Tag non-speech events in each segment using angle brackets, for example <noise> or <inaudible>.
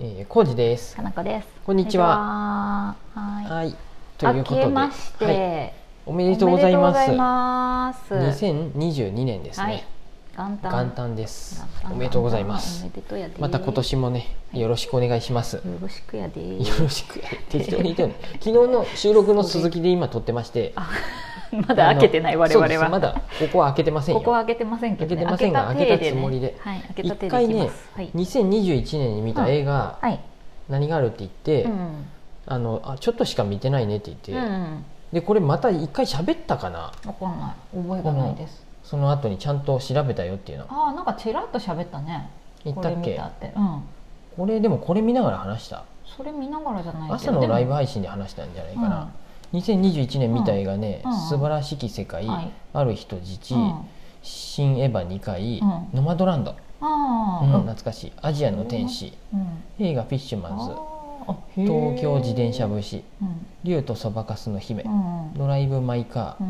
えー、康二です。かなこです。こんにちは。は。はい。はい。とい明うことけで、まして、はい、おめおでとうございます。めでとうございます2022年ですね。はい。元旦。元旦です元旦。おめでとうございますおめ。でとうやで。また今年もね、よろしくお願いします。よろしくやで。よろしく。 <laughs> 適当に言ってよね。昨日の収録の続きで今撮ってまして、あ <laughs> まだ開けてない我そ々うですは。まだここは開けてませんよ。ここは開けてませんけど、ね。開けてませんが手開けたつもりではい。開けた手一で回いきまねす。はい、。 2021年に見た映画、はい。何があるって言って、うん。あのあちょっとしか見てないねって言って、うん。でこれまた一回喋ったかな。わかんない。覚えがないです。その後にちゃんと調べたよっていうのああ、なんかちらっと喋ったね。言ったっこれ見けたって。うん。これでもこれ見ながら話したそれ見ながらじゃないけ朝どのライブで配信で話したんじゃないかな、2021年見た映画ね「うんうん素晴らしき世界」はいある人質」も新エヴァ2回」うんノマドランド」あうんあ、懐かしい「アジアの天使」うん映画「フィッシュマンズ」ああ「東京自転車節」うん「竜とそばかすの姫う」んうんドライブ・マイ・カうー」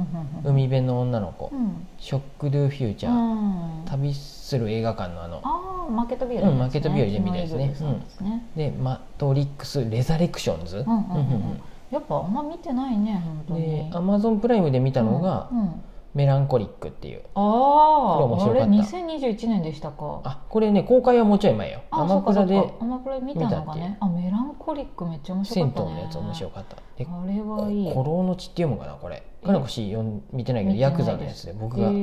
んうん海辺の女の子」うんショック・ドゥ・フューチャー」うん旅する映画館のあのああマーケットビューうんマーケットビューで見たやつねねで「マトリックス・レザレクションズ」うんうんううんんうんうんやっぱあんま見てないね本当でにアマゾンプライムで見たのがうんうん「メランコリック」っていうあ面白ああかれった2021年でしたかあこれね公開はもうちょい前よあアマプラそでうかそうかアマプラで見たのが見たねあメランコリックめっちゃ面白銭か湯ったねのやつ面白かったであれ「こはいい古老の血」って読むかなこれえかなこし読ん見てないけど見てなヤいクザのやつで僕が見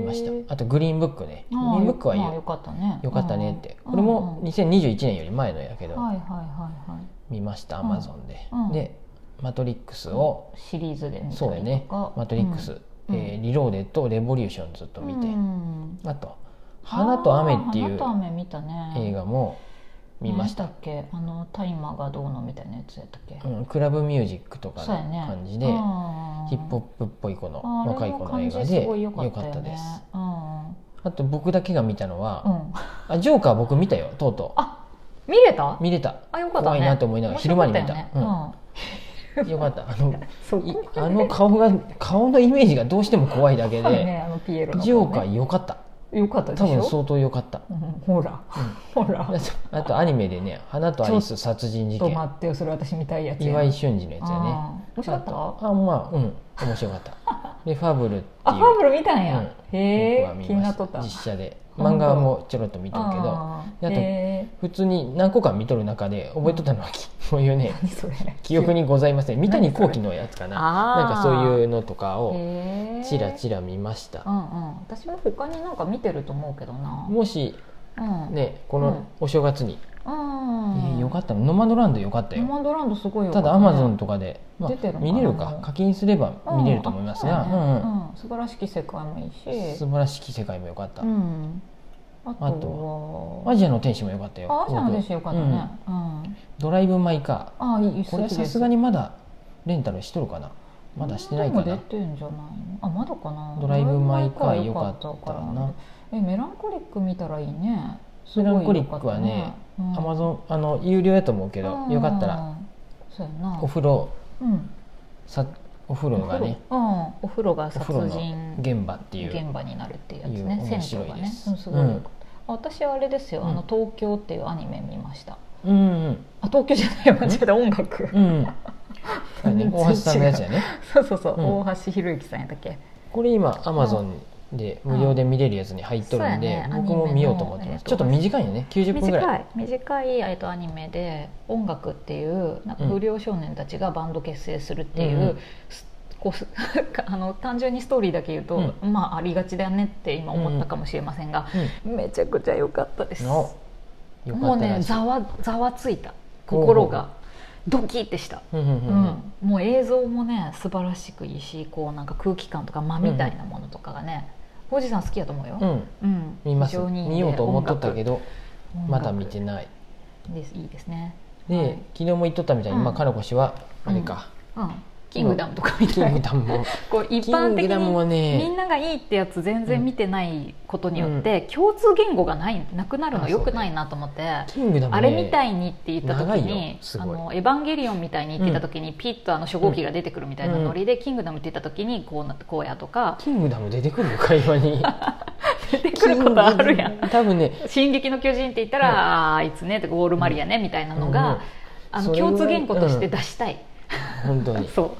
見ましたあと「グリーンブックね」グリーンブックはいいまあ、よよかったねよかったねってうんこれもうんうん2021年より前のやけどはいはいはいはい見ましたアマゾンでうんで「マトリックス」をシリーズで見たりとかそうやね「マトリックス」うんえーリローデ」と「レボリューションズ」と見てうんあと「花と雨」ってい花うと雨見たね映画も見ました、何やったっけあの大麻がどうのみたいなやつやったっけ、うん、クラブミュージックとかのそうやね感じで、ヒップホップっぽい子の若い子の映画で良かったですうんうんあと僕だけが見たのは、うん、あジョーカー僕見たよとうとあ見れたう見れたあよかった怖ねいなと思いながら昼間に見た面うん白かったよねうんよかったあのそいこあの顔が顔のイメージがどうしても怖いだけで、そうねあのピエロのジョーカ顔ねー良かったよかったでし多ょ分相当良かったうんほら、ほらあとあとアニメでね「花とアイス殺人ち事ょっと件待ってよそれ私みたいや」つや岩井俊二のやつやねあー面白かったあとあまあうん面白かったでファブルっていうあファブル見たんや、うんへ僕は見まえした気になっとった実写で本当漫画もちょろっと見たけどあであーとへ普通に何個か見とる中で覚えとったのはきそういうねえ何それ記憶にございません三谷幸喜のやつかなあーなんかそういうのとかをへえちらちら見ましたうんうん私も他になんか見てると思うけどなもしうんねこうんのお正月にうんえーよかったのノマドランドよかったノよマドランドすごいよただアマゾンとかでまあ出てるのかな見れるか課金すれば見れると思いますがうんあうそうだんうんねうん素晴らしき世界もいいし素晴らしき世界もよかったうんあとあはアジアの天使もよかったよあアジアの弟子よかったうんねうんドライブ・マイ・カーあいいこれはさすがににまだレンタルしとるかなまだしてないか出なてんじゃないのあまだかなドライブ・マイ・カー良良かったなえメランコリック見たらいいねメランコリックはねすごい良アかったマゾンあの有料やと思うけどうんよかったらそうやなお風呂うんさお風呂がねうんお風呂がお殺風呂の人現場っていう現場になるっていうやついうね面白いがでねすうんすごい良かったあ私はあれですよ「あうのん東京」っていうアニメ見ましたうんうんあ東京じゃない間違えた音楽うんそうやね全然違う大橋さんのやつやね <laughs> そうそうそううん大橋ひろゆきさんやったっけこれ今アマゾンで無料で見れるやつに入っとるんそうでやね僕も見ようと思ってアニメまのすちょっと短いよね90分ぐら短いい短い、えっと、アニメで「音楽」っていうなんかうん不良少年たちがバンド結成するっていう,うんうんす、こうす <laughs> あの単純にストーリーだけ言うと、まあありがちだねって今思ったかもしれませんが、めちゃくちゃ良かったです。うんのよかもうったねらしいざわざわついた心がドキってした、うんうんううんうんん、もう映像もね素晴らしくいいしこうなんか空気感とか間みたいなものとかがね、おじさん好きやと思うよ、ううんん見ます見ようと思っとったけどどまた見てないですいいですねで、はい昨日も言っとったみたいに、うんまあ、かのこ氏はあれか、うん、キングダムとかみキたングいなダム <laughs> もこう一般キング的ダムはにねみんながいいってやつ全然見てないことによって、共通言語がないなくなるのよくないなと思って、キングダム、ね、あれみたいいにって言った長時いよにす「ごあいのエヴァンゲリオン」みたいに言ってた時に、ピッとあの初号機が出てくるみたいなノリで「キングダム」って言った時にこうなってこうやとか <laughs> <laughs> キングダム出てくるの会話に「出てくることあるやん多分ね「進撃の巨人」って言ったら「ああいつね」とか「ウォール・マリアね」みたいなのうんうがん、あそのれぐらい共通言語として出したい、本当にそう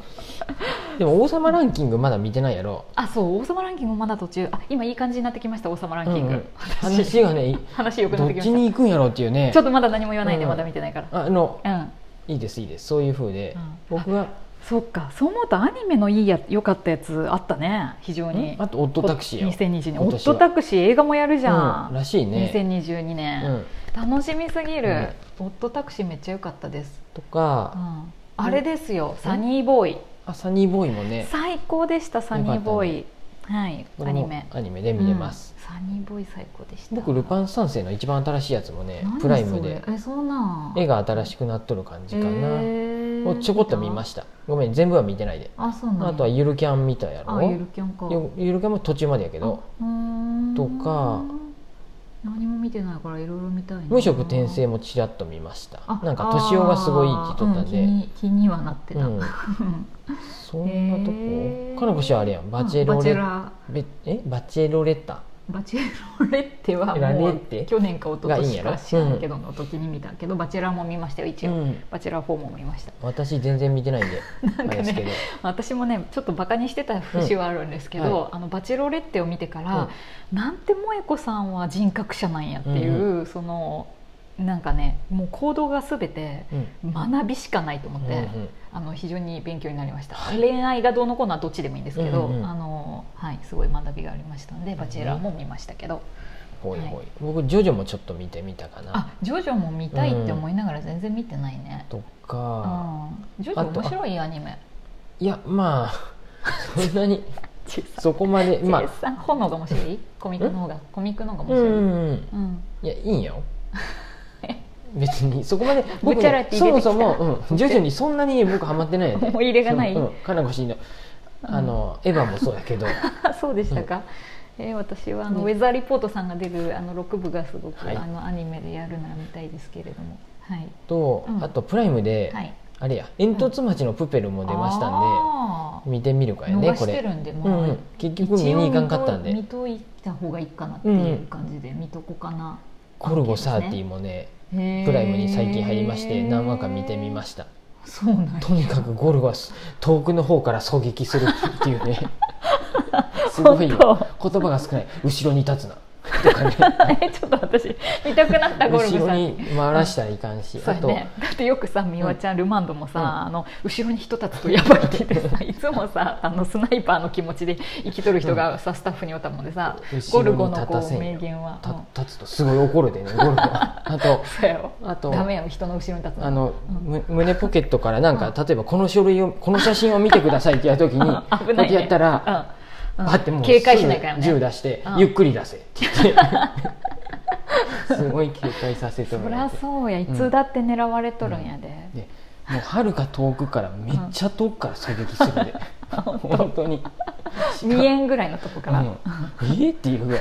でも王様ランキングまだ見てないやろあそう「王様ランキング」まだ途中あ今いい感じになってきました「王様ランキング」うんうん話がねい話良くなどっってきまちしに行くんやろうっていうねたちょっとまだ何も言わないで、うんまだ見てないからあのうんいいですいいですそういうふうで、うん僕はそっかそう思うとアニメのいいや良かったやつあったね非常にあとオットタクシーよ2022年今オ年ッはトタクシー映画もやるじゃうんん、らしいね、 2022う年、ん、楽しみすぎるね、オットタクシーめっちゃ良かったです、とうか、ん、あれですよサニーボーイあサニーボーイもね最高でしたサニーボーイ、はいこアれニもメアニメで見れます、うんサニーボーイ最高でした僕「ルパンン三世」の一番新しいやつもねプライムでえそうなん絵が新しくなっとる感じかな、をちょこっと見まししたごめん全部は見てないで、たあそうなんやあとは「ゆるキャン」見たやろあゆるキャンかよゆるキャンも途中までやけどあうーんとか何も見てないからいろいろ見たいな無色転生もちらっと見ましたあなんか年男がすごいいいって言っとったんで、あーうん気に気にはなってた、 <laughs> うんそんなとへーこかのこしはあれやんバチェロバチレェラべえバチェロレッタバチェロレッテはラレもッうテ去年か一昨がいいん年やかろ知らんけどの時に見たけど、バチェラも見ましたよ一う応、んバチェラ4も見ました私全然見てないんで <laughs> なんあかれですけねど私もねちょっとバカにしてた節はあるんですけど、うんはあのバチェロレッテを見てから、なんて萌子さんは人格者なんやっていう、うそのなんかねもう行動が全てうん学びしかないと思って、うんうんあの非常に勉強になりました、はい恋愛がどうのこうのはどっちでもいいんですけど、うんうんあのはい、すごい学びがありましたので「バチェラー」も見ましたけど、ほいほはい僕ジョジョもちょっと見てみたかなあジョジョも見たいって思いながら全然見てないね、とうかん、ジョジョ面白いアニメいやまあそんなに小さそこま <laughs> でまいあさん炎が面白いコミックの方がコミックの方がう面んう白い、んうんうんいやいいんよ別にそこまでぶっちゃらってそ入もれてきたそも、うん、徐々にそんなに僕ハマってないんで思い入れがないうんうん、かなこしのあの、エヴァもそうや <laughs> けどあ <laughs> そうでしたか、えー私はあの、うんウェザーリポートさんが出るあの6部がすごく、はいあのアニメでやるなら見たいですけれどもはい、と、うんあとプライムで、はい、あれや煙突町のプペルも出ましたんで、あー見てみるかやね逃こしてれ、るんで、うまあんうん、結局見に行かんかったん一応見でと見といた方がいいかなっていう感じで見とこかな、 「コルゴ30」へもねープライムに最近入りまして何話か見てみましたそうなんやとにかくゴルゴは遠くの方から狙撃するっていうね <laughs> すごいよ本言葉が少ない後ろに立つなとかね当 <laughs> えちょっと私見たくな <laughs> ったゴル後ろゴさんに回らしたらいかんし、そあうやと、ね、だってよくさ美和ちゃん、ルマンドもさ、うんあの後ろに人立つとやばいって言って <laughs> さいつもさあのスナイパーの気持ちで生きとる人がさ、スタッフにおったもんでさ後ゴろルゴにの立こたせうんよ名言はうんた立つとすごい怒るでねゴルゴ <laughs> はあとそうやろあとダメよ人の後ろに立つあの、うんむ胸ポケットからなんか、例えばこの書類をこの写真を見てくださいってやるときに <laughs> あ危こうやなっい、てね、やったら、うん、うんバッてもう警戒しないからねすぐ銃出して、うんゆっくり出せって言って <laughs> すごい警戒させてそもりらゃってそうやいつだって狙われとるんやで、でもうはるか遠くからめっちゃ遠くから狙撃する <laughs> で、本当に2円ぐらいのとこから、うん、えっていうぐらい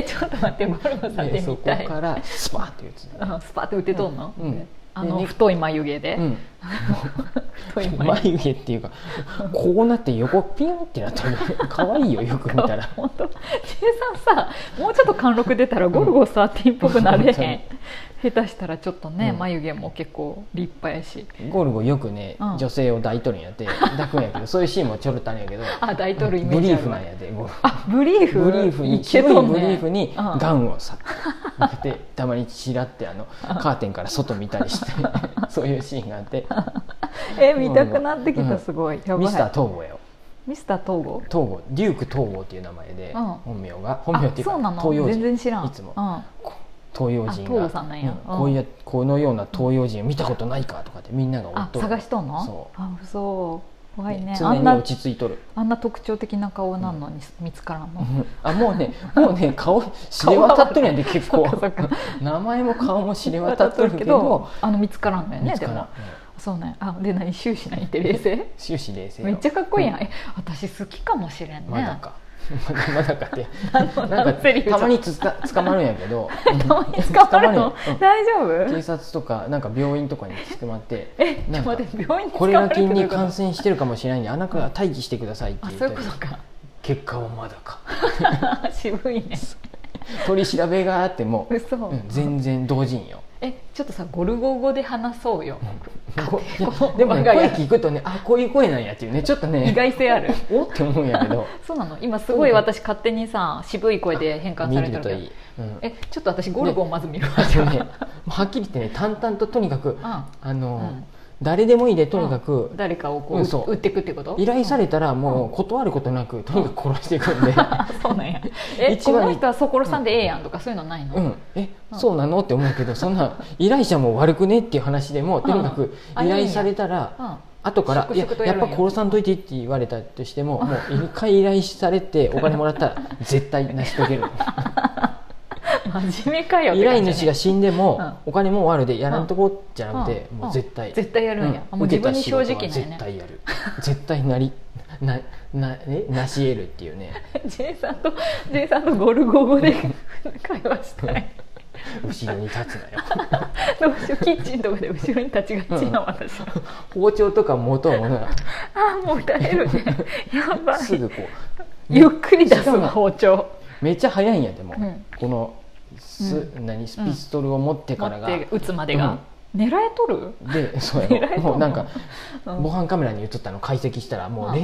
<laughs> えちょっと待ってゴルゴさん <laughs> ででそ見こたいからスパーって打つ、うんスパッて打てとんの、うんうんあのでね太い眉毛で、うん <laughs> 太い眉毛眉毛っていうかこうなって横ピンってなってる可愛いよよく見た <laughs> ら本当 J さんさもうちょっと貫禄出たらゴルゴ13っぽくなれへん、下手したらちょっとね、うん眉毛も結構立派やしゴルゴよくね、うん女性を抱いとるんやって抱くんやけどそういうシーンもちょろっとあるんやけどあ大統領イメブーリジーあるフなわんやでゴルゴあブリーフブリーフにいけ白といんブねリーフにうんガンをさっと入れて <laughs> たまにちらってあのカーテンから外見たりして <laughs> そういうシーンがあってえ見たくなってきうんたすごい、やばいミスター東郷よミスター東郷東郷デューク東郷っていう名前でうん本名が本名っていうあそうなか東の洋全人然知らんいつもうんこ東洋あ人東郷さがんなんやうんうんこういうこのような東洋人を見たことないかとかってみんなが追っあとる探しとんのそうあそう怖いねねあ常んにな落ち着いとるあんな特徴的な顔なのに見つからんの、あもうねもうね顔知れ渡っとるやんで結構そっかそっか名前も顔も知れ渡っとるけどあの見つからんのよね見つでからんもそうねあで何終始何って冷静終始冷静よめっちゃかっこいいやん、うえ私好きかもしれんねまだ <laughs> か <laughs> まだまだかってのなんかセリフたまにつか捕まるんやけど <laughs> たまに捕まるの捕まるようん <laughs> 大丈警夫察とかなんか病院とかに捕まってえちょなっんとか待って病院にこ捕れまがる菌っにてどういう感染してるかもしれないんであなたは待機してくださいってとあ言っそういうてことか結果もまだか <laughs> <laughs> 渋いね取り調べがあっても、嘘、うん全然同人よえちょっとさゴルゴ語で話そうよ、こいやこうでもね我が声家聞くとねあこういう声なんやっていうねちょっと意ね外性あるお <laughs> って思うんやけど <laughs> そうなの今すごい私勝手にさ渋い声で変換見されてるるけとどいい、うん、えちょっと私ゴルゴをまず見るわ、でもねもうはっきり言ってね淡々ととにかく <laughs> ああの、うん誰でもいいでとにかく、誰かをこう,、うんそう売っていくってこと依頼されれたらもう断ることなくとにかく殺していくん <laughs> で、 <laughs> そうなんやえ一こ番の人はそころさんでええやんとかそういうのないの、うん、えうんそうなのって思うけどそんな依頼者も悪くねっていう話でもとにかくあ依いい頼ねされたらうん後から「いや粛々とややるっんやぱ殺さんといて」って言われたとしてももう一回依頼され <laughs> てお金もらったら絶対成し遂げる真面目かよって依頼感じね主が死んでうもんお金も終わるでやらんとこじゃなくてうんもう絶対うん絶対やるんや、あうんもう受自けた分に仕正直事なんはや絶ね対やる <laughs> 絶対なりななえなし得るっていうね <laughs> J さんと J さんとゴルゴ語で会話したい後ろに立つなよ <laughs> どうしようキッチンとかで後ろに立ちがちやん私包丁とか持とうものが <laughs> あーもう耐えるねやばすいぐこうゆっくり出しすかもわ包丁めっちゃ早いんやでも、うんこのす、何スピストルを持って持からっが、て打つまでが、狙えとる、でそう <laughs> 狙えやたろのもうなんかうん防犯カメラに映ったの解析したらもうあ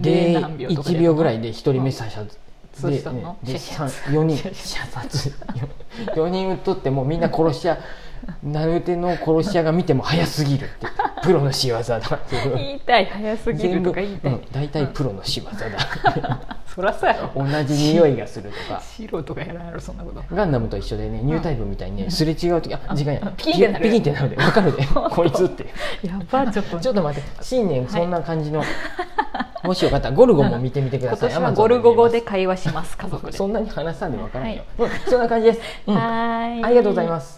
0何秒とかで0.01秒ぐらいで1人目射殺うんでそうしたので射殺4人射射殺4人撃っとってもうみんな殺し屋なるての殺し屋が見ても早すぎる <laughs> ってプロの仕業だっていう言いたい早すぎるとか言いたい、うん大体プロの仕業だ、 <laughs> そらそうやろ同じ匂いがするとか白とかやらんやろそんなことガンダムと一緒でねニュータイプみたいにねすれ違う時あ時間やピキンってなるピキンってなるで分かる <laughs> でこいつってやばちょっとちょっと待って新年そんな感じの、もしよかったらゴルゴも見てみてくだ今さい年はゴルゴ語で見会話します家れま族すでそんなに話さんで分からんよ、うんそんな感じです、うん、あはーいりがとうございます